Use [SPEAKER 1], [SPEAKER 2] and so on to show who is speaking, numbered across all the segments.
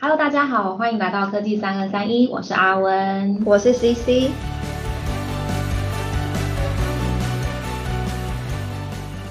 [SPEAKER 1] Hello，大家好，欢迎来到科技三二三一，我是阿文。
[SPEAKER 2] 我是 CC。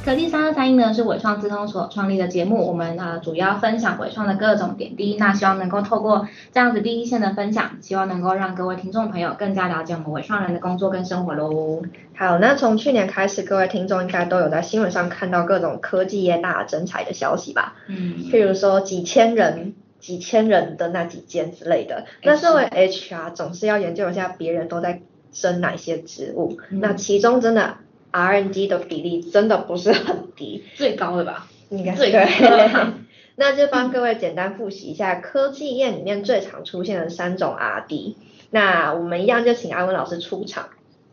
[SPEAKER 1] 科技三二三一呢是伟创资通所创立的节目，我们呃主要分享伟创的各种点滴，那希望能够透过这样子第一线的分享，希望能够让各位听众朋友更加了解我们伟创人的工作跟生活喽。
[SPEAKER 2] 好，那从去年开始，各位听众应该都有在新闻上看到各种科技业大征才的消息吧？
[SPEAKER 1] 嗯，
[SPEAKER 2] 譬如说几千人、几千人的那几间之类的。那身为 HR，总是要研究一下别人都在争哪些职务。
[SPEAKER 1] 嗯
[SPEAKER 2] 那其中真的 R&D 的比例真的不是很低，
[SPEAKER 1] 最高的吧？
[SPEAKER 2] 应该
[SPEAKER 1] 最
[SPEAKER 2] 是
[SPEAKER 1] 高
[SPEAKER 2] 对。
[SPEAKER 1] 的
[SPEAKER 2] 那就帮各位简单复习一下科技业里面最常出现的三种 R&D。那我们一样就请阿文老师出场。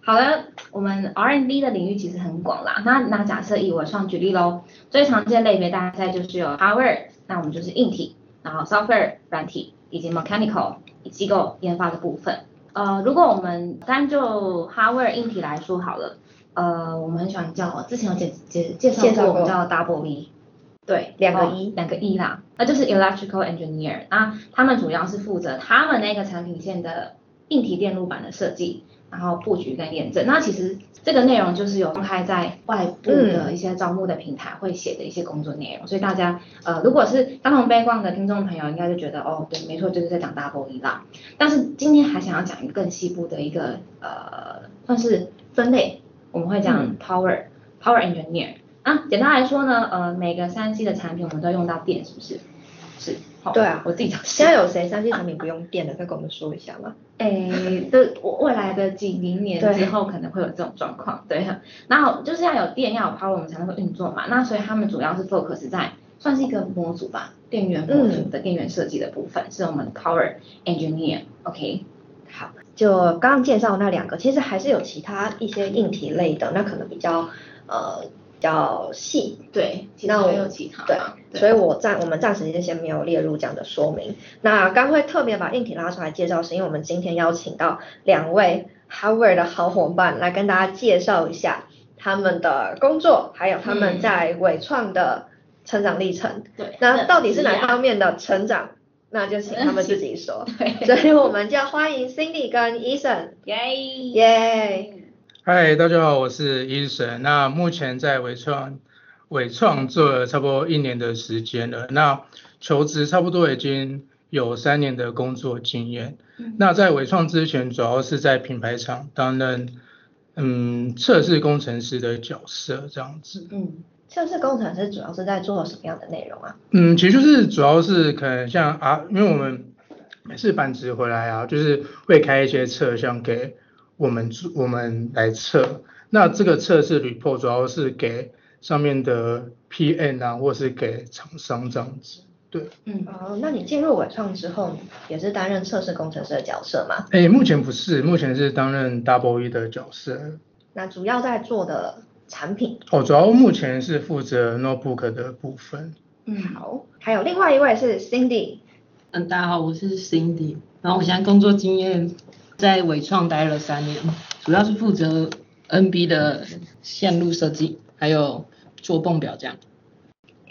[SPEAKER 1] 好的，我们 R&D 的领域其实很广啦。那那假设以我上举例喽，最常见类别大概就是有 hardware，那我们就是硬体，然后 software 软体，以及 mechanical 以及机构研发的部分。呃，如果我们单就 hardware 硬体来说好了，呃，我们很喜欢叫，之前有介介介绍
[SPEAKER 2] 介绍
[SPEAKER 1] 过，
[SPEAKER 2] 过
[SPEAKER 1] 我们叫 double V。对，
[SPEAKER 2] 两个 E
[SPEAKER 1] 哦
[SPEAKER 2] 一
[SPEAKER 1] 两个一啦，那就是 electrical engineer，那他们主要是负责他们那个产品线的硬体电路板的设计，然后布局跟验证。那其实这个内容就是有公开在外部
[SPEAKER 2] 嗯
[SPEAKER 1] 的一些招募的平台会写的一些工作内容，所以大家呃，如果是刚从悲观的听众朋友，应该就觉得哦，对，没错，就是在讲 double 一啦。但是今天还想要讲一个更细部的一个呃，算是分类，我们会
[SPEAKER 2] 嗯
[SPEAKER 1] 讲 power、power engineer。啊，简单来说呢，呃，每个三 C 的产品我们都用到电，是不是？是。好
[SPEAKER 2] 对啊
[SPEAKER 1] 我自己讲。
[SPEAKER 2] 现在有谁三 C 产品不用电的？可以跟我们说一下吗？
[SPEAKER 1] 诶，这我未来的几零年之
[SPEAKER 2] 对
[SPEAKER 1] 后可能会有这种状况，对。然后就是要有电，要有 power，我们才能够运作嘛。那所以他们主要是 focus 在算是一个模组吧，电源模组
[SPEAKER 2] 嗯
[SPEAKER 1] 的电源设计的部分，是我们的 power engineer。OK，好，
[SPEAKER 2] 就刚刚介绍那两个，其实还是有其他一些硬体类的，那可能比较呃比较细，
[SPEAKER 1] 对，其实
[SPEAKER 2] 那我
[SPEAKER 1] 还有其他
[SPEAKER 2] 啊对
[SPEAKER 1] 嘛，
[SPEAKER 2] 所以我暂我们暂时就先没有列入这样的说明。那刚会特别把硬体拉出来介绍，是因为我们今天邀请到两位 Harvard 的好伙伴来跟大家介绍一下他们的工作，还有他
[SPEAKER 1] 嗯
[SPEAKER 2] 们在伟创的成长历程。
[SPEAKER 1] 对，
[SPEAKER 2] 那到底嗯是哪
[SPEAKER 1] 方？
[SPEAKER 2] 方面的成长？那就请他们自己说。
[SPEAKER 1] 对，
[SPEAKER 2] 所以我们就要欢迎 Cindy 跟 Eason，
[SPEAKER 1] 耶
[SPEAKER 2] 耶！
[SPEAKER 3] 嗨，大家好，我是 Eason。那目前在伟创，伟创做了差不多一年的时间了。那求职差不多已经有三年的工作经验。那在伟创之前，主要是在品牌厂担任嗯测试工程师的角色这样子。
[SPEAKER 1] 嗯，
[SPEAKER 2] 测试工程师主要是在做什么样的内容啊？
[SPEAKER 3] 嗯，其实就是主要是可能像啊，因为我们每次板值回来啊，就是会开一些测项给我们做我们来测。那这个测试 report 主要是给上面的 PM 啊，或是给厂商这样子。对，
[SPEAKER 1] 嗯，
[SPEAKER 2] 哦，那你进入伟创之后，也是担任测试工程师的角色吗？
[SPEAKER 3] 哎，目前不是，目前是担任 Double E 的角色。
[SPEAKER 2] 那主要在做的产品，
[SPEAKER 3] 哦，主要目前是负责 notebook 的部分。
[SPEAKER 1] 嗯，
[SPEAKER 2] 好，还有另外一位是 Cindy，
[SPEAKER 4] 嗯，大家好，我是 Cindy，然后我现在工作经验在伟创待了三年，主要是负责 NB 的线路设计，还有做泵表这样。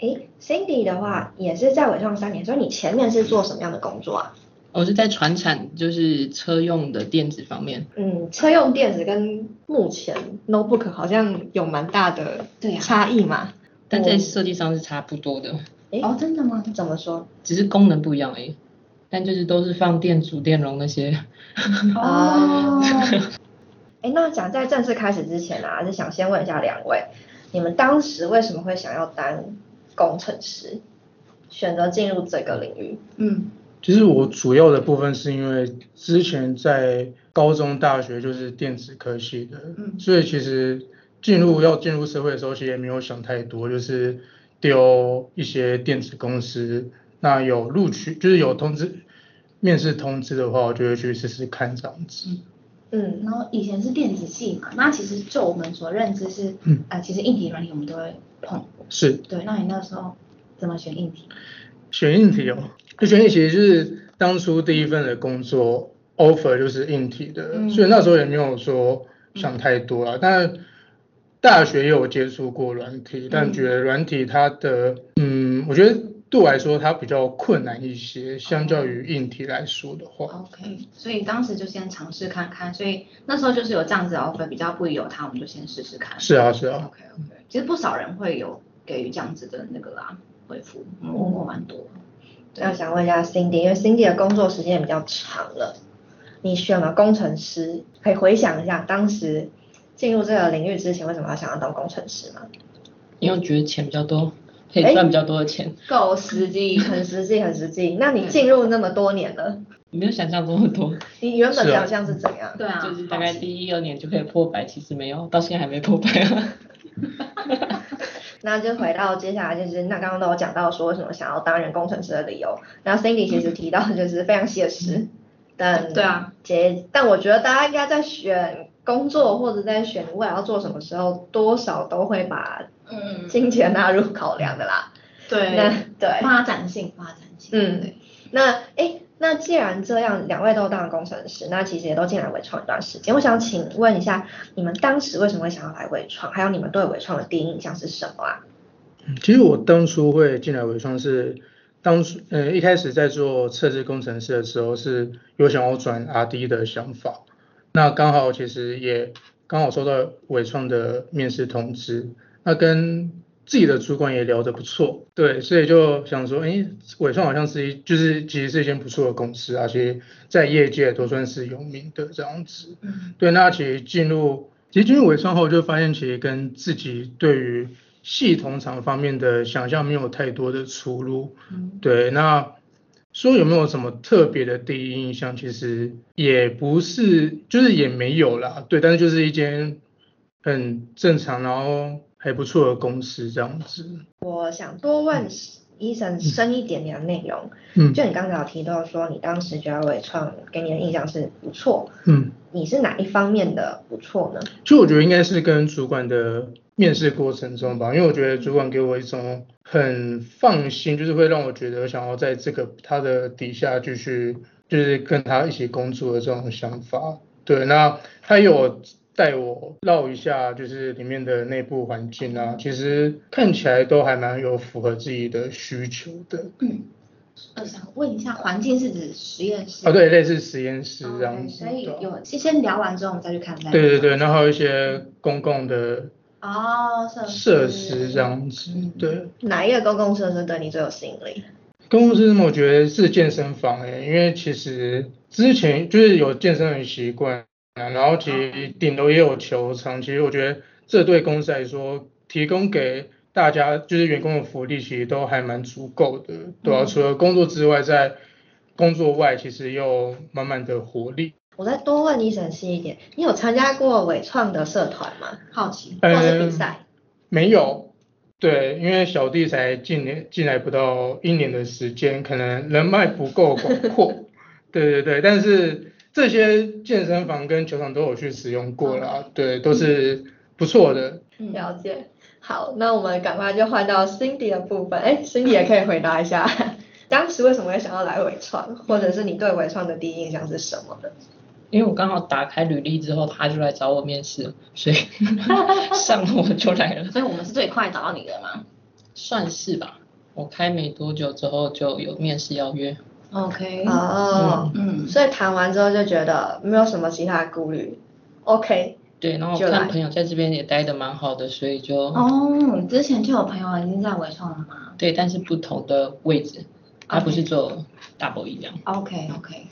[SPEAKER 2] 诶 c i n d y 的话也是在伟创三年，所以你前面是做什么样的工作啊？
[SPEAKER 4] 我是在船产，就是车用的电子方面。
[SPEAKER 2] 嗯，车用电子跟目前 notebook 好像有蛮大的
[SPEAKER 1] 对啊
[SPEAKER 2] 差异嘛。
[SPEAKER 4] 但在
[SPEAKER 2] 哦
[SPEAKER 4] 设计上是差不多的，
[SPEAKER 2] 诶
[SPEAKER 1] 哦，真的吗？
[SPEAKER 2] 怎么说？
[SPEAKER 4] 只是功能不一样而已。但就是都是放电阻、电容那些。
[SPEAKER 1] 哦，
[SPEAKER 2] 诶，那讲在正式开始之前啊，就想先问一下两位，你们当时为什么会想要当工程师，选择进入这个领域？
[SPEAKER 1] 嗯，
[SPEAKER 3] 其实我主要的部分是因为之前在高中、大学就是电子科系的，
[SPEAKER 1] 嗯
[SPEAKER 3] 所以其实进入要进入社会的时候，其实也没有想太多，就是丢一些电子公司，那有录取就是有通知面试通知的话，我就会去试试看这样子。
[SPEAKER 2] 嗯，
[SPEAKER 1] 然后以前是电子系嘛，那其实就我们所认知是，
[SPEAKER 3] 嗯
[SPEAKER 1] 呃，其实硬体、软体我们都会碰。
[SPEAKER 3] 是
[SPEAKER 1] 对，那你那时候怎么选硬体？
[SPEAKER 3] 选硬体哦，就选硬体其实就是当初第一份的工作 offer 就是硬体的，
[SPEAKER 1] 嗯
[SPEAKER 3] 所以那时候也没有说想太多啊。但大学也有接触过软体，但觉得软体它的，嗯，我觉得对我来说它比较困难一些，相较于硬体来说的
[SPEAKER 1] 哦
[SPEAKER 3] 话。
[SPEAKER 1] OK，所以当时就先尝试看看，所以那时候就是有这样子的 offer，比较不由他，我们就先试试看。
[SPEAKER 3] 是啊，是啊，
[SPEAKER 1] OK OK，其实不少人会有给予这样子的那个啦回复，我问过蛮多。
[SPEAKER 2] 那想问一下 Cindy，因为 Cindy 的工作时间也比较长了，你选了工程师，可以回想一下当时进入这个领域之前，为什么要想要当工程师吗？
[SPEAKER 4] 因为我觉得钱比较多，可以
[SPEAKER 2] 哎
[SPEAKER 4] 赚比较多的钱，
[SPEAKER 1] 够实际，嗯
[SPEAKER 2] 很实际，很实际。那你进入那么多年了，
[SPEAKER 4] 没有想象中的多，
[SPEAKER 2] 你原本
[SPEAKER 3] 是啊
[SPEAKER 2] 想象是怎样？
[SPEAKER 1] 对啊，
[SPEAKER 4] 嗯就是大概第一二年就可以破百，其实没有，到现在还没破百啊。
[SPEAKER 2] 那就回到接下来，就是那刚刚都有讲到说什么想要担任工程师的理由，然后 Cindy 其实提到就是非常写实，但
[SPEAKER 1] 嗯对啊，
[SPEAKER 2] 结，但我觉得大家应该在选工作或者在选未来要做什么时候，多少都会把
[SPEAKER 1] 嗯，
[SPEAKER 2] 金钱纳入考量的啦。那
[SPEAKER 1] 对，
[SPEAKER 2] 对，
[SPEAKER 1] 发展性，发展性，
[SPEAKER 2] 嗯
[SPEAKER 1] 对，
[SPEAKER 2] 那诶，那既然这样，两位都当了工程师，那其实也都进来微创一段时间，我想请问一下，你们当时为什么会想要来微创，还有你们对微创的第一印象是什么啊？
[SPEAKER 3] 嗯其实我当初会进来微创是，当初呃一开始在做测试工程师的时候是有想要转 R D 的想法，那刚好其实也刚好收到伟创的面试通知，那跟自己的主管也聊得不错，对，所以就想说，诶，伟创好像是一就是其实是一间不错的公司啊，其实在业界都算是有名的这样子，
[SPEAKER 1] 嗯
[SPEAKER 3] 对，那其实进入其实进入尾创后，就发现其实跟自己对于系统厂方面的想象没有太多的出入。
[SPEAKER 1] 嗯
[SPEAKER 3] 对，那说有没有什么特别的第一印象，其实也不是，就是也没有啦。对，但是就是一间很正常，然后还不错的公司这样子。
[SPEAKER 2] 我想多问医生深一点点的内容，
[SPEAKER 3] 嗯
[SPEAKER 2] 就你刚才有提到说，你当时觉得伟创给你的印象是不错，
[SPEAKER 3] 嗯，
[SPEAKER 2] 你是哪一方面的不错呢？
[SPEAKER 3] 就我觉得应该是跟主管的面试过程中吧，因为我觉得主管给我一种很放心，就是会让我觉得想要在这个他的底下继续，就是跟他一起工作的这种想法。对，那他有带我绕一下，就是里面的内部环境啊，其实看起来都还蛮有符合自己的需求的。
[SPEAKER 1] 嗯，呃，想问一下，环境是指实验室？
[SPEAKER 3] 啊，对，类似实验室这样
[SPEAKER 1] OK，
[SPEAKER 3] 子。
[SPEAKER 1] 哦所以
[SPEAKER 3] 对啊
[SPEAKER 1] 有先先聊完之后，我们再去看。
[SPEAKER 3] 对对。对，然后一些公共的
[SPEAKER 1] 哦，设
[SPEAKER 3] 设施这。样子
[SPEAKER 1] 嗯，
[SPEAKER 3] 对。
[SPEAKER 2] 哪一个公共设施对你最有吸引力？
[SPEAKER 3] 公共私我觉得是健身房诶、因为其实之前就是有健身的习惯啊，然后其实顶楼也有球场，其实我觉得这对公司来说，提供给大家就是员工的福利，其实都还蛮足够的，对啊，除了工作之外，在工作外其实也有满满的活力。
[SPEAKER 2] 我再多问医生细一点，你有参加过伟创的社团吗？
[SPEAKER 1] 好奇。
[SPEAKER 2] 或是比赛？
[SPEAKER 3] 没有，对，因为小弟才进年进来不到一年的时间，可能人脉不够广阔。对对对，但是这些健身房跟球场都有去使用过啦，对，都是不错的。
[SPEAKER 1] 嗯
[SPEAKER 2] 了解。好，那我们赶快就换到 Cindy 的部分。哎，Cindy 也可以回答一下， 当时为什么会想要来伟创，或者是你对伟创的第一印象是什么呢？
[SPEAKER 4] 因为我刚好打开履历之后，他就来找我面试了，所以上了我就来了，
[SPEAKER 1] 所以我们是最快找到你的嘛
[SPEAKER 4] 算是吧。我开没多久之后就有面试邀约，
[SPEAKER 1] ？OK。
[SPEAKER 2] 哦，
[SPEAKER 1] 嗯，
[SPEAKER 2] 所以谈完之后就觉得没有什么其他顾虑，OK，
[SPEAKER 4] 对，然后我
[SPEAKER 2] 就来
[SPEAKER 4] 看朋友在这边也待的蛮好的，所以就、
[SPEAKER 1] 哦，你之前就有朋友已经在微创了吗
[SPEAKER 4] 对，但是不同的位置，他不是做 double 一样。
[SPEAKER 1] ？OK OK，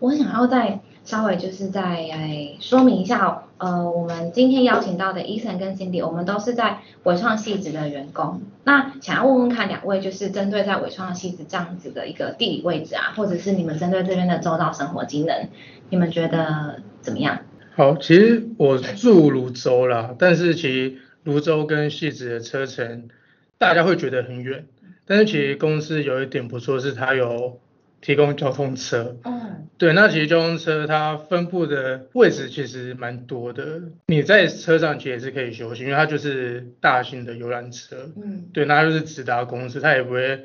[SPEAKER 1] 我想要再稍微就是再哎说明一下，呃，我们今天邀请到的 Eason 跟 Cindy，我们都是在伟创系职的员工。那想要问问看两位，就是针对在伟创系职这样子的一个地理位置啊，或者是你们针对这边的周到生活机能，你们觉得怎么样？
[SPEAKER 3] 好，其实我住泸州啦，但是其实泸州跟戏子的车程，大家会觉得很远，但是其实公司有一点不错，是它有提供交通车，
[SPEAKER 1] 嗯，
[SPEAKER 3] 对，那其实交通车它分布的位置其实蛮多的，你在车上其实也是可以休息，因为它就是大型的游览车，
[SPEAKER 1] 嗯，
[SPEAKER 3] 对，那它就是直达公司，它也不会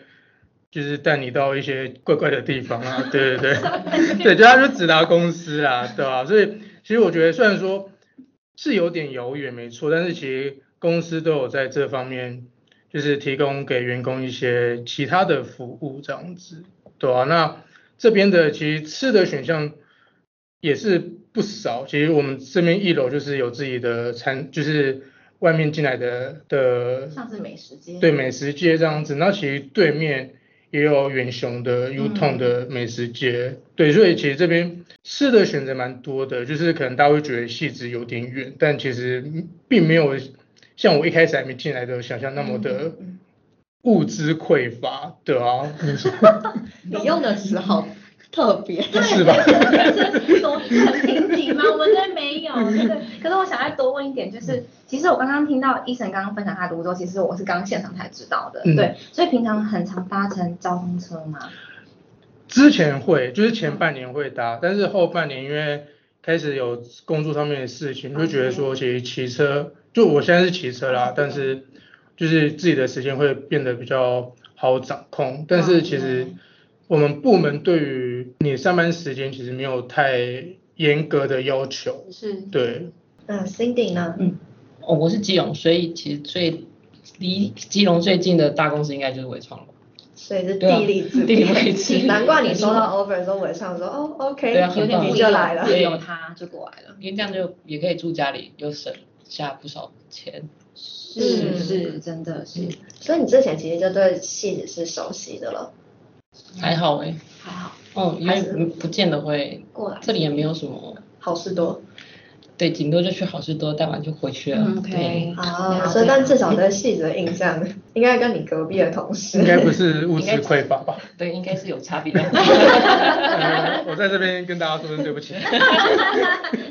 [SPEAKER 3] 就是带你到一些怪怪的地方啊，对对对，对，就它就直达公司啦，对吧、所以其实我觉得虽然说是有点遥远没错，但是其实公司都有在这方面就是提供给员工一些其他的服务这样子，对啊，那这边的其实吃的选项也是不少，其实我们这边一楼就是有自己的餐，就是外面进来的的
[SPEAKER 1] 像是美食街，
[SPEAKER 3] 对美食街这样子，那其实对面也有远雄的 U t o n 的美食街，对，所以其实这边吃的选择蛮多的，就是可能大家会觉得细致有点远，但其实并没有像我一开始还没进来的想象那么的
[SPEAKER 2] 嗯
[SPEAKER 3] 物资匮乏，对啊，
[SPEAKER 2] 你用的词好特 别，
[SPEAKER 3] 是吧？
[SPEAKER 1] 是多很贫瘠吗？我们这没有那 个。可是我想再多问一点，就是其实我刚刚听到医生刚刚分享他的泸州，其实我是刚现场才知道的。
[SPEAKER 3] 嗯
[SPEAKER 1] 对，所以平常很常搭乘交通车嘛。
[SPEAKER 3] 之前会，就是前半年会搭，但是后半年因为开始有工作上面的事情，会觉得说其实骑车，就我现在是骑车啦，但是就是自己的时间会变得比较好掌控，但是其实我们部门对于你上班时间其实没有太严格的要求，
[SPEAKER 1] 是。
[SPEAKER 3] 对，
[SPEAKER 2] 那嗯 Cindy 呢？
[SPEAKER 4] 嗯
[SPEAKER 5] 哦，我是基隆，所以其实最离基隆最近的大公司应该就是伟创了。
[SPEAKER 2] 所以是
[SPEAKER 5] 对啊
[SPEAKER 2] 地理之
[SPEAKER 5] 地理位置
[SPEAKER 2] 难怪你收到 offer 的时候，我也上说哦，OK，
[SPEAKER 5] 对啊很
[SPEAKER 2] 有
[SPEAKER 5] 棒
[SPEAKER 2] 点
[SPEAKER 1] 不
[SPEAKER 2] 你
[SPEAKER 1] 一
[SPEAKER 2] 就
[SPEAKER 1] 样
[SPEAKER 2] 来了。
[SPEAKER 1] 也有他就过来了。
[SPEAKER 5] 因为这样就也可以住家里，又省下不少钱。
[SPEAKER 1] 是是，真的是
[SPEAKER 2] 所以你之前其实就对戏子是熟悉的了。
[SPEAKER 5] 还好
[SPEAKER 4] 欸
[SPEAKER 5] 哎、
[SPEAKER 1] 还好
[SPEAKER 5] 哦，因
[SPEAKER 2] 还
[SPEAKER 5] 为
[SPEAKER 2] 是
[SPEAKER 5] 不不见得会，
[SPEAKER 1] 过来。
[SPEAKER 5] 这里也没有什么，
[SPEAKER 2] 好事多
[SPEAKER 5] 对，顶多就去好事多，带完就回去了。
[SPEAKER 1] 嗯
[SPEAKER 5] 对，
[SPEAKER 1] ，OK。
[SPEAKER 2] 啊，
[SPEAKER 1] 了
[SPEAKER 2] 所以
[SPEAKER 1] 解
[SPEAKER 2] 但至少对戏子的印象应该跟你隔壁的同事
[SPEAKER 3] 应该不是物资匮乏吧？
[SPEAKER 5] 对，应该是有差 别的。
[SPEAKER 3] 呃我在这边跟大家说声对不起。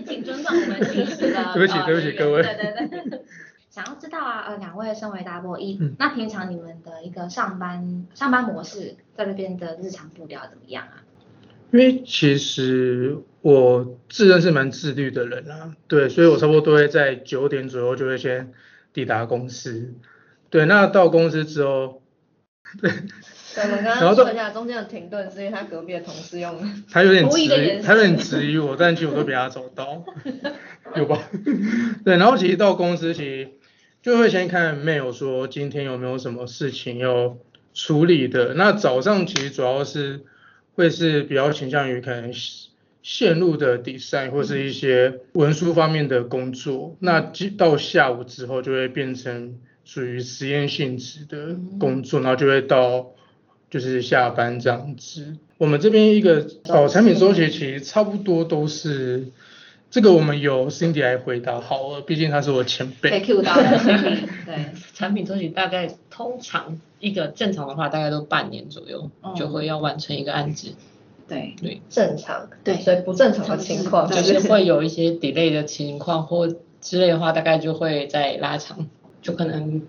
[SPEAKER 1] 请尊重我们平时的。
[SPEAKER 3] 对不起
[SPEAKER 1] 呃
[SPEAKER 3] 对不起各位
[SPEAKER 1] 对对对。 想要知道啊，呃，两位身为大波一，
[SPEAKER 3] 嗯
[SPEAKER 1] 那平常你们的一个上班上班模式，在这边的日常步调怎么样啊？
[SPEAKER 3] 因为其实我自认是蛮自律的人啊，对，所以我差不多都会在九点左右就会先抵达公司。对，那到公司之后，
[SPEAKER 2] 对，我们刚
[SPEAKER 3] 然
[SPEAKER 2] 刚
[SPEAKER 3] 后都
[SPEAKER 2] 说一下中间的停顿，是因为他隔壁的同事用的。
[SPEAKER 3] 他有点
[SPEAKER 1] 狐
[SPEAKER 3] 质
[SPEAKER 1] 疑的
[SPEAKER 3] 疑，
[SPEAKER 1] 眼神
[SPEAKER 3] 他有点质疑我，但其实我都比他早 到，有吧？ 对，然后其实到公司其实就会先看 mail 说今天有没有什么事情要处理的。那早上其实主要是会是比较倾向于可能是线路的 design 或是一些文书方面的工作。那基到下午之后就会变成属于实验性质的工作，然后就会到就是下班这样子。我们这边一个哦，产品周期其实差不多都是。这个我们由 Cindy 来回答好了，毕竟她是我前辈。
[SPEAKER 1] 被 Q 到了，心里对，
[SPEAKER 5] 产品周期大概通常一个正常的话，大概都半年左右、
[SPEAKER 1] 哦
[SPEAKER 5] 就会要完成一个案子，
[SPEAKER 1] 对
[SPEAKER 2] 正常，
[SPEAKER 1] 对
[SPEAKER 2] 所以不正常的情况
[SPEAKER 1] 对
[SPEAKER 5] 就是会有一些 delay 的情况或之类的话，大概就会再拉长，就可能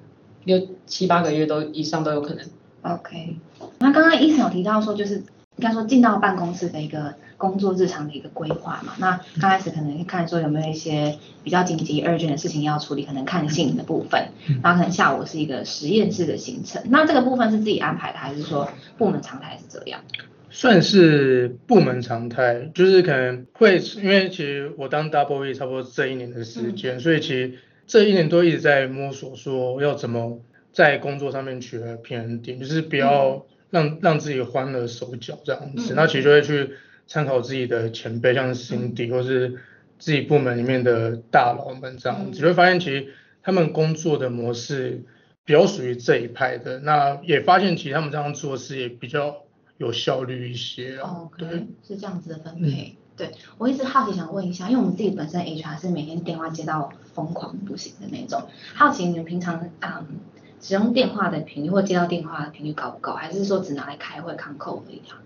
[SPEAKER 5] 六七八个月都以上都有可能。
[SPEAKER 1] ，OK。那刚刚医生有提到说，就是应该说进到办公室的一个工作日常的一个规划嘛。那刚开始可能看说有没有一些比较紧急 urgent 的事情要处理，可能看性的部分，然后可能下午是一个实验室的行程。那这个部分是自己安排的，还是说部门常态是这样？
[SPEAKER 3] 算是部门常态，就是可能会因为其实我当 double E 差不多这一年的时间，所以其实这一年多一直在摸索说要怎么在工作上面取得平衡点，就是不要让、让自己欢了手脚这样子。
[SPEAKER 1] 嗯
[SPEAKER 3] 那其实就会去参考自己的前辈，像是 Cindy、或是自己部门里面的大佬们这样子，就会发现其实他们工作的模式比较属于这一派的。那也发现其实他们这样做事也比较有效率一些啊。对
[SPEAKER 1] OK，，是哦这样子的分
[SPEAKER 5] 嗯
[SPEAKER 1] 配。对我一直好奇想问一下，因为我们自己本身 HR 是每天电话接到疯狂不行的那种，好奇你们平常嗯使用电话的频率或接到电话的频率高不高，还是说只拿来开会看扣而已啊？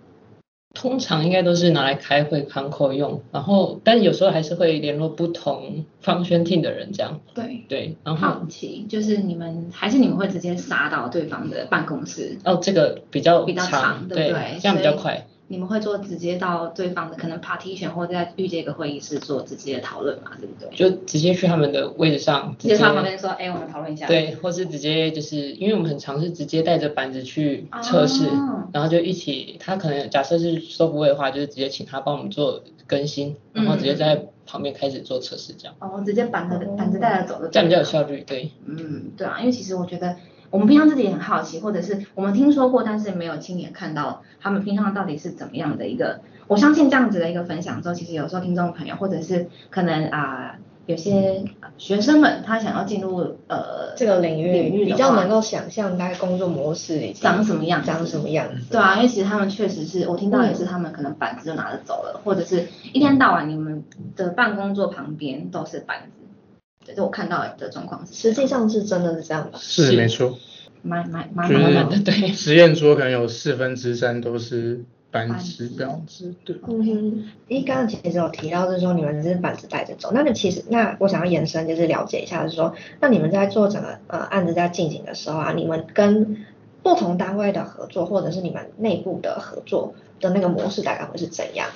[SPEAKER 5] 通常应该都是拿来开会、康扣用，然后但有时候还是会联络不同方宣 team 的人这样，
[SPEAKER 1] 对，
[SPEAKER 5] 对，然后
[SPEAKER 1] 好奇就是你们还是你们会直接杀到对方的办公室，
[SPEAKER 5] 哦这个比较
[SPEAKER 1] 比较长对
[SPEAKER 5] 对
[SPEAKER 1] 不对
[SPEAKER 5] 这样比较
[SPEAKER 1] 所以
[SPEAKER 5] 快，
[SPEAKER 1] 你们会做直接到对方的可能 partition 或者在遇见一个会议室做直接的讨论嘛，对不对？
[SPEAKER 5] 就直接去他们的位置上，
[SPEAKER 1] 直
[SPEAKER 5] 直
[SPEAKER 1] 接
[SPEAKER 5] 接
[SPEAKER 1] 上旁边说，哎、我们讨论一下。
[SPEAKER 5] 对，或是直接就是因为我们很常是直接带着板子去测试，
[SPEAKER 1] 哦
[SPEAKER 5] 然后就一起，他可能假设是收不位的话，就是直接请他帮我们做更新，
[SPEAKER 1] 嗯
[SPEAKER 5] 然后直接在旁边开始做测试这样，
[SPEAKER 1] 哦，直接板着板着带着走的，
[SPEAKER 5] 这样比较有效率，对，
[SPEAKER 1] 嗯，对啊，因为其实我觉得我们平常自己也很好奇，或者是我们听说过，但是没有亲眼看到他们平常到底是怎么样的一个。我相信这样子的一个分享之后，其实有时候听众朋友或者是可能啊、有些呃学生们他想要进入呃
[SPEAKER 2] 这个领域
[SPEAKER 1] 领域的
[SPEAKER 2] 比较
[SPEAKER 1] 话
[SPEAKER 2] 能够想象大概工作模式以及
[SPEAKER 1] 长什么样子
[SPEAKER 2] 长什么样子。嗯
[SPEAKER 1] 对啊，因为其实他们确实是我听到也是，他们可能板子就拿着走了，或者是一天到晚你们的办公桌旁边都是板子，对，这我看到的状况是这
[SPEAKER 2] 实
[SPEAKER 1] 样，
[SPEAKER 2] 际上是真的是这样吧？
[SPEAKER 3] 是
[SPEAKER 4] 是
[SPEAKER 3] 没错，
[SPEAKER 1] 蛮蛮蛮
[SPEAKER 3] 就是
[SPEAKER 1] 蛮
[SPEAKER 4] 慢
[SPEAKER 1] 蛮
[SPEAKER 4] 的，对，
[SPEAKER 3] 实验桌可能有四分之三都是班制标志，对。
[SPEAKER 2] 嗯哼，诶，刚刚其实有提到，就是说你们是板子带着走，那你其实那我想要延伸就是了解一下，就是说那你们在做整个呃案子在进行的时候啊，你们跟不同单位的合作，或者是你们内部的合作的那个模式大概会是怎样？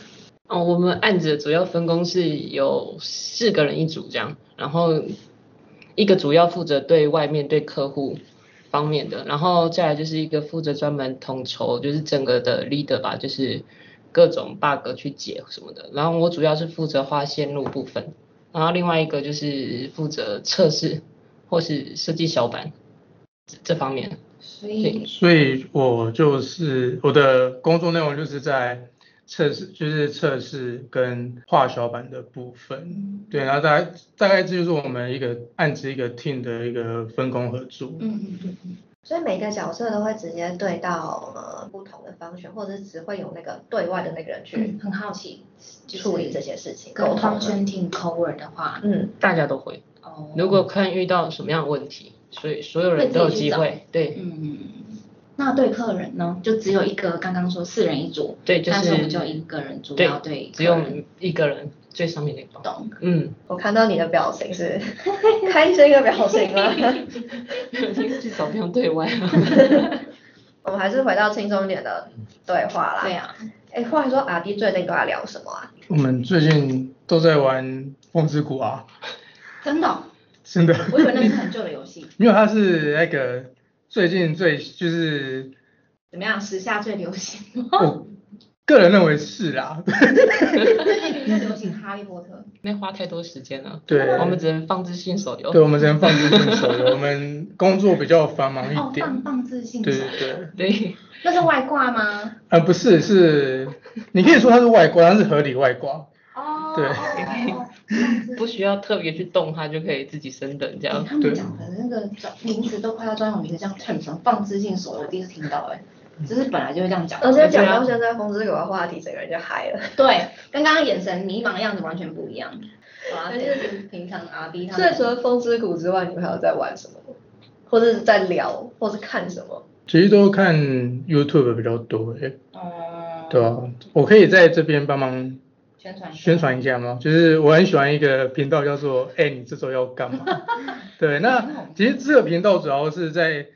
[SPEAKER 5] 哦，我们案子的主要分工是有四个人一组这样，然后一个主要负责对外面对客户方面的，然后再来就是一个负责专门统筹，就是整个的 leader 吧，就是各种 bug 去解什么的。然后我主要是负责画线路部分，然后另外一个就是负责测试或是设计小板这这方面。
[SPEAKER 1] 所以
[SPEAKER 3] 所以我就是我的工作内容就是在测试，就是测试跟画小板的部分。对，然后大概大概这就是我们一个案子一个 team 的一个分工合作。
[SPEAKER 1] 嗯嗯嗯，
[SPEAKER 2] 所以每个角色都会直接对到呃不同的方选，或者是只会有那个对外的那个人去
[SPEAKER 1] 嗯很好奇，就是
[SPEAKER 2] 处理这些事情，
[SPEAKER 1] 跟
[SPEAKER 2] 沟通啊
[SPEAKER 1] function team cover 的话，
[SPEAKER 2] 嗯，
[SPEAKER 5] 大家都会，
[SPEAKER 1] 哦，
[SPEAKER 5] 如果看遇到什么样的问题，所以所有人都有
[SPEAKER 1] 会自己去
[SPEAKER 5] 机
[SPEAKER 1] 找
[SPEAKER 5] 会，对。
[SPEAKER 1] 嗯。那对客人呢，就只有一个，刚刚说四人一组，
[SPEAKER 5] 对，就
[SPEAKER 1] 但是我
[SPEAKER 5] 是
[SPEAKER 1] 们就一个人主
[SPEAKER 5] 对
[SPEAKER 1] 要对客
[SPEAKER 5] 只有
[SPEAKER 1] 人
[SPEAKER 5] 一个人最上面那个包。
[SPEAKER 1] 懂，
[SPEAKER 5] 嗯，
[SPEAKER 2] 我看到你的表情是 开心的表情啊了。
[SPEAKER 5] 至少不用对外啊。
[SPEAKER 2] 我们还是回到轻松一点的对话啦。
[SPEAKER 1] 对。啊，
[SPEAKER 2] 哎，话说阿弟最近都在聊什么啊？
[SPEAKER 3] 我们最近都在玩风之谷啊，
[SPEAKER 1] 真的哦、
[SPEAKER 3] 真的，
[SPEAKER 1] 我以为那是很旧的游戏，
[SPEAKER 3] 因为它是那个最近最就是
[SPEAKER 1] 怎么样？时下最流 行，
[SPEAKER 5] 啊
[SPEAKER 3] 我个人认为是啦，
[SPEAKER 1] 最流行哈利波特，
[SPEAKER 5] 没花太多时间啊了，
[SPEAKER 3] 对，
[SPEAKER 5] 哦我们哦只能放置性手游。
[SPEAKER 3] 对，我们只能放进新手 游，我们工作比较繁忙
[SPEAKER 1] 哦
[SPEAKER 3] 一，点，
[SPEAKER 1] 棒棒自信
[SPEAKER 3] 哎对
[SPEAKER 1] 手
[SPEAKER 3] 对，对。
[SPEAKER 5] 对，
[SPEAKER 1] 那是外挂吗？
[SPEAKER 3] 呃，不是，是你可以说它是外挂，它是合理外挂。
[SPEAKER 1] 哦，
[SPEAKER 3] 对
[SPEAKER 1] 哦哦哦
[SPEAKER 5] 不需要特别去动它，就可以自己升等这
[SPEAKER 1] 哎
[SPEAKER 5] 样。
[SPEAKER 1] 他们讲的那个专名词都快要专有名词，像 term 什么放置性手游，我第一次听到哎、
[SPEAKER 3] 嗯
[SPEAKER 1] 就是本来就会这样哦讲，
[SPEAKER 2] 而且讲到现在风之谷的话题，整个人就嗨了。
[SPEAKER 1] 对，跟刚刚眼神迷茫的样子完全不一样。好啊，这是平常 R B 他
[SPEAKER 2] 所以
[SPEAKER 1] 们
[SPEAKER 2] 除了风之谷之外，你们还有在玩什么吗？或者是在聊，或是看什么？
[SPEAKER 3] 其实都看 YouTube 比较多，诶
[SPEAKER 1] 哦，
[SPEAKER 3] 对啊，我可以在这边帮忙
[SPEAKER 1] 宣传一下
[SPEAKER 3] 宣，传一下吗？就是我很喜欢一个频道叫做“哎、你这周要干嘛？”对，那其实这个频道主要是在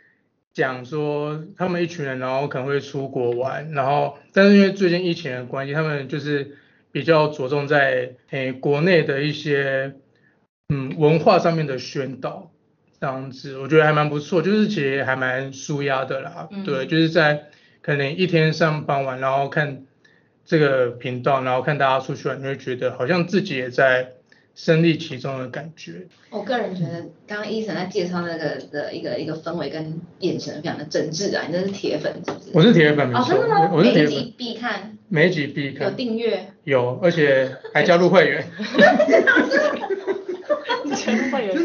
[SPEAKER 3] 讲说他们一群人，然后可能会出国玩，然后但是因为最近疫情的关系，他们就是比较着重在诶、国内的一些嗯文化上面的宣导。这样子，我觉得还蛮不错，就是其实还蛮舒压的啦。
[SPEAKER 1] 嗯
[SPEAKER 3] 对，就是在可能一天上班完，然后看这个频道，然后看大家出去玩，你会觉得好像自己也在身历其中的感觉。
[SPEAKER 1] 我个人觉得，刚刚医生在介绍那个的一个一个氛围跟眼神非常的真挚啊，你真是铁粉是不是？
[SPEAKER 3] 我是铁粉，没
[SPEAKER 1] 哦，
[SPEAKER 3] 错，
[SPEAKER 1] 真的吗？
[SPEAKER 3] 我是
[SPEAKER 1] 每
[SPEAKER 3] 铁
[SPEAKER 1] 一
[SPEAKER 3] 粉，
[SPEAKER 1] 集必看，
[SPEAKER 3] 每一集必
[SPEAKER 1] 有
[SPEAKER 3] 看，
[SPEAKER 1] 订阅，
[SPEAKER 3] 有，而且还加入 会员。
[SPEAKER 5] 全会员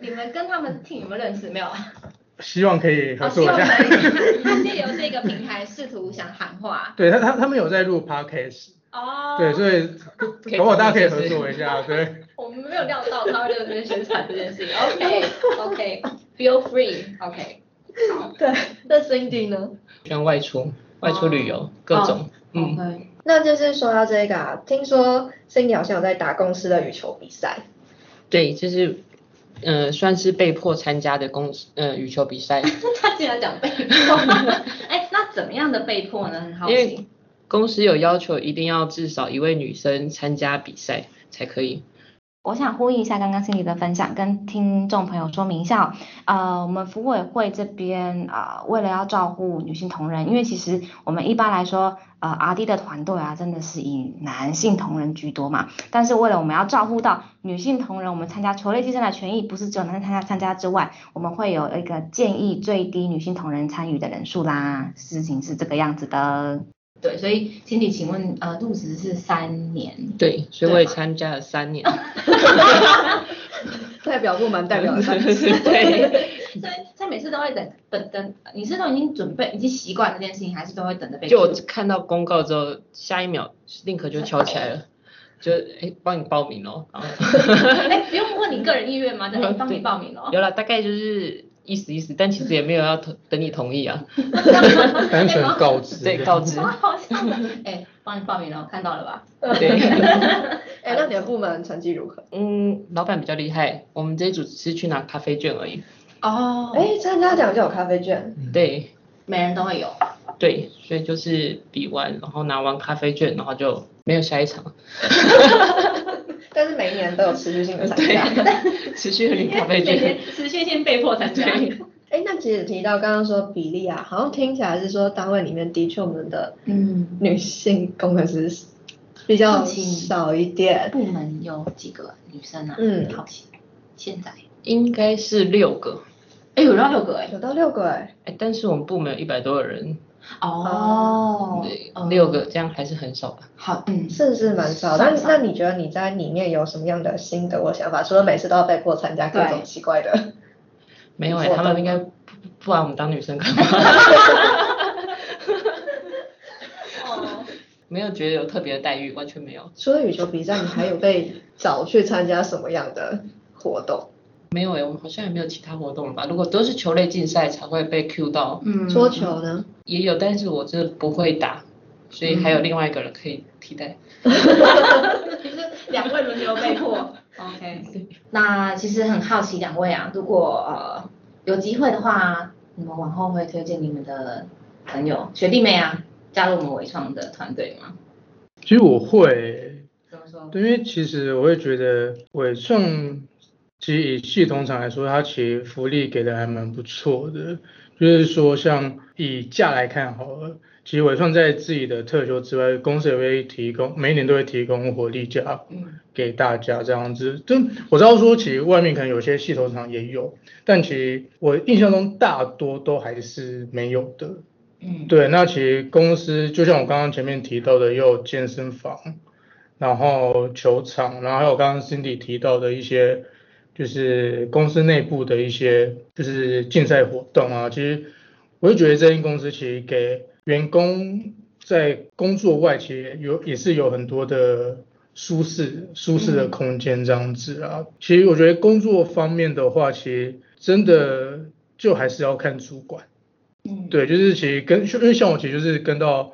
[SPEAKER 1] 你们跟他们 team 有没有认识？没有啊？
[SPEAKER 3] 希望可以合
[SPEAKER 1] 哦，希
[SPEAKER 3] 作一
[SPEAKER 1] 望
[SPEAKER 3] 下。
[SPEAKER 1] 可以借由这个平台试图想喊话。
[SPEAKER 3] 对他他他们有在录 podcast，
[SPEAKER 1] 哦，
[SPEAKER 3] 对，所以
[SPEAKER 5] 可以
[SPEAKER 3] 搞不好大家可以
[SPEAKER 5] 合
[SPEAKER 3] 合
[SPEAKER 5] 作
[SPEAKER 3] 作一下，对，
[SPEAKER 1] 我们没有料到他会在这边宣传这件事 情。OK，OK，feel free，OK。
[SPEAKER 2] 对，那 Cindy 呢？
[SPEAKER 5] 喜欢外出，外出旅游，各种。嗯，
[SPEAKER 1] OK，
[SPEAKER 2] 那就是说到这个、啊，听说 Cindy 好像有在打公司的羽球比赛。
[SPEAKER 5] 对，就是。呃，算是被迫参加的公呃羽球比 赛，
[SPEAKER 1] 他竟然讲被迫， 哎，那怎么样的被迫呢？很好
[SPEAKER 5] 因为
[SPEAKER 1] 奇。
[SPEAKER 5] 公司有要求一定要至少一位女生参加比赛才可以，
[SPEAKER 1] 我想呼应一下刚刚心理的分享，跟听众朋友说明一下哦、呃，我们服委会这边啊、呃为了要照顾女性同仁，因为其实我们一般来说，呃，R D 的团队啊，真的是以男性同仁居多嘛。但是为了我们要照顾到女性同仁，我们参加球类竞赛的权益，不是只有男生参加参加之外，我们会有一个建议最低女性同仁参与的人数啦。事情是这个样子的。对，所以心理，请问，呃，入职是三年，
[SPEAKER 5] 对，所以我也参加了三 年。
[SPEAKER 2] 代表部门代 表团体
[SPEAKER 5] 对，
[SPEAKER 1] 所以，所以每次都会等等等，你是都已经准备、已经习惯这件事情，还是都会等着被
[SPEAKER 5] 就我
[SPEAKER 1] cue？
[SPEAKER 5] 看到公告之后，下一秒立刻就敲起来
[SPEAKER 1] 嗯
[SPEAKER 5] 了，就哎帮你报名喽。然后
[SPEAKER 1] 哎、不用问你个人意愿吗？等帮你报名哦。
[SPEAKER 5] 有了，大概就是意思意思，但其实也没有要同等你同 意啊。
[SPEAKER 3] 单纯告知，
[SPEAKER 5] 对，告知
[SPEAKER 1] 哇，。 好像的，哎、帮你报名了，看到了吧？
[SPEAKER 5] 对，
[SPEAKER 2] 哎，那你的部门成绩如何？
[SPEAKER 5] 嗯，老板比较厉害，我们这一组只是去拿咖啡券而已。
[SPEAKER 1] 哦哎、
[SPEAKER 2] 哎，参加奖就有咖啡券，
[SPEAKER 5] 对，
[SPEAKER 1] 每人都会有。
[SPEAKER 5] 对，所以就是比完，然后拿完咖啡券，然后就没有下一场，
[SPEAKER 2] 但是每一年都有持续性的参加。
[SPEAKER 5] 持续的领咖啡
[SPEAKER 1] 每
[SPEAKER 5] 券。
[SPEAKER 1] 天持续性被迫参加。
[SPEAKER 2] 哎，那其实提到刚刚说比例啊，好像听起来是说单位里面的确我们的
[SPEAKER 1] 嗯，
[SPEAKER 2] 女性工程师比较
[SPEAKER 1] 好奇
[SPEAKER 2] 少一点。
[SPEAKER 1] 部门有几个女生啊？
[SPEAKER 2] 嗯
[SPEAKER 1] 好奇。现在，
[SPEAKER 5] 应该是六个，
[SPEAKER 1] 哎、有到六个哎、
[SPEAKER 2] 有到六个哎、
[SPEAKER 5] 哎，但是我们部门有一百多个人，
[SPEAKER 1] 哦
[SPEAKER 5] 对，
[SPEAKER 1] 嗯
[SPEAKER 5] 六个这样还是很少吧？
[SPEAKER 1] 好，嗯，
[SPEAKER 2] 是是蛮少。
[SPEAKER 1] 算
[SPEAKER 2] 那
[SPEAKER 1] 少
[SPEAKER 2] 那你觉得你在里面有什么样的心得或想法？除了每次都要被迫参加各种
[SPEAKER 1] 对
[SPEAKER 2] 奇怪的，
[SPEAKER 5] 没有哎、
[SPEAKER 2] 我
[SPEAKER 5] 他们应该不不把我们当女生干嘛？
[SPEAKER 1] 哦，
[SPEAKER 5] 没有觉得有特别的待遇，完全没有，
[SPEAKER 2] 除了羽球比赛，你还有被找去参加什么样的活动？
[SPEAKER 5] 没有哎、我们好像也没有其他活动了吧？如果都是球类竞赛才会被 Q 到，
[SPEAKER 1] 嗯，
[SPEAKER 2] 桌球呢？
[SPEAKER 5] 也有，但是我这不会打，所以还有另外一个人可以替代。
[SPEAKER 1] 就是两位轮流被迫。OK，那其实很好奇两位啊，如果呃有机会的话，你们往后会推荐你们的朋友、学弟妹啊，加入我们伟创的团队吗？
[SPEAKER 3] 其实我会，
[SPEAKER 1] 怎么说？
[SPEAKER 3] 对，因为其实我会觉得伟创，其实以系统厂来说，它其实福利给的还蛮不错的。就是说，像以价来看好了，其实伟创在自己的特休之外，公司也会提供，每一年都会提供活力假，
[SPEAKER 1] 嗯，
[SPEAKER 3] 给大家这样子。就我知道说，其实外面可能有些系统厂也有，但其实我印象中大多都还是没有的。
[SPEAKER 1] 嗯，
[SPEAKER 3] 对，那其实公司就像我刚刚前面提到的，也有健身房，然后球场，然后还有刚刚 Cindy 提到的一些，就是公司内部的一些就是竞赛活动啊。其实我就觉得这间公司其实给员工在工作外，其实有也是有很多的舒适舒适的空间这样子啊。其实我觉得工作方面的话，其实真的就还是要看主管。
[SPEAKER 1] 嗯，
[SPEAKER 3] 对，就是其实跟因为像我其实就是跟到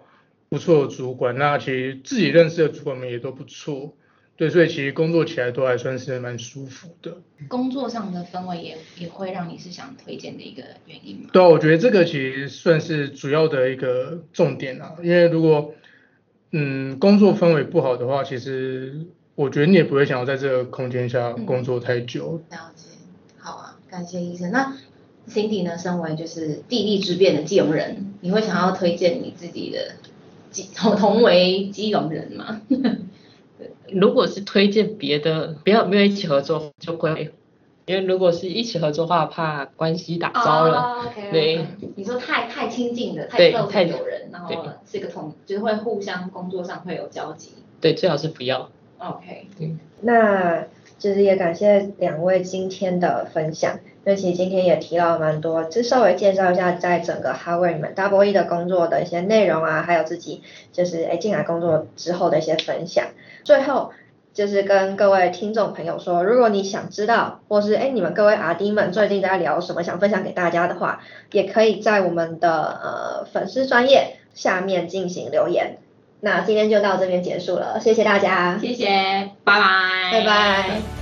[SPEAKER 3] 不错的主管，那其实自己认识的主管们也都不错，对，所以其实工作起来都还算是蛮舒服的。
[SPEAKER 1] 工作上的氛围也也会让你是想推荐的一个原因吗？
[SPEAKER 3] 对啊，我觉得这个其实算是主要的一个重点啊，因为如果嗯工作氛围不好的话，其实我觉得你也不会想要在这个空间下工作太久。
[SPEAKER 1] 了解，好啊，感谢医生。那 Cindy 呢，身为就是地利之变的基隆人，你会想要推荐你自己的基同同为基隆人吗？
[SPEAKER 5] 如果是推荐别的，不要没有一起合作就会，因为如果是一起合作的话，怕关系打糟了。
[SPEAKER 1] o k
[SPEAKER 5] 对，
[SPEAKER 1] 哦你说太太亲近的，太
[SPEAKER 5] 对
[SPEAKER 1] 各自
[SPEAKER 5] 太
[SPEAKER 1] 有人，然后
[SPEAKER 5] 对
[SPEAKER 1] 是个同，就是会互相工作上会有交集。
[SPEAKER 5] 对，最好是不要。嗯
[SPEAKER 1] OK，
[SPEAKER 2] 那就是也感谢两位今天的分享，因为其实今天也提到了蛮多，就稍微介绍一下在整个哈维你们 Double E 的工作的一些内容啊，还有自己就是哎进来工作之后的一些分享。最后就是跟各位听众朋友说，如果你想知道，或是哎你们各位阿弟们最近在聊什么，想分享给大家的话，也可以在我们的呃粉丝专业下面进行留言。那今天就到这边结束了，谢谢大家，
[SPEAKER 1] 谢谢，拜拜，
[SPEAKER 2] 拜拜。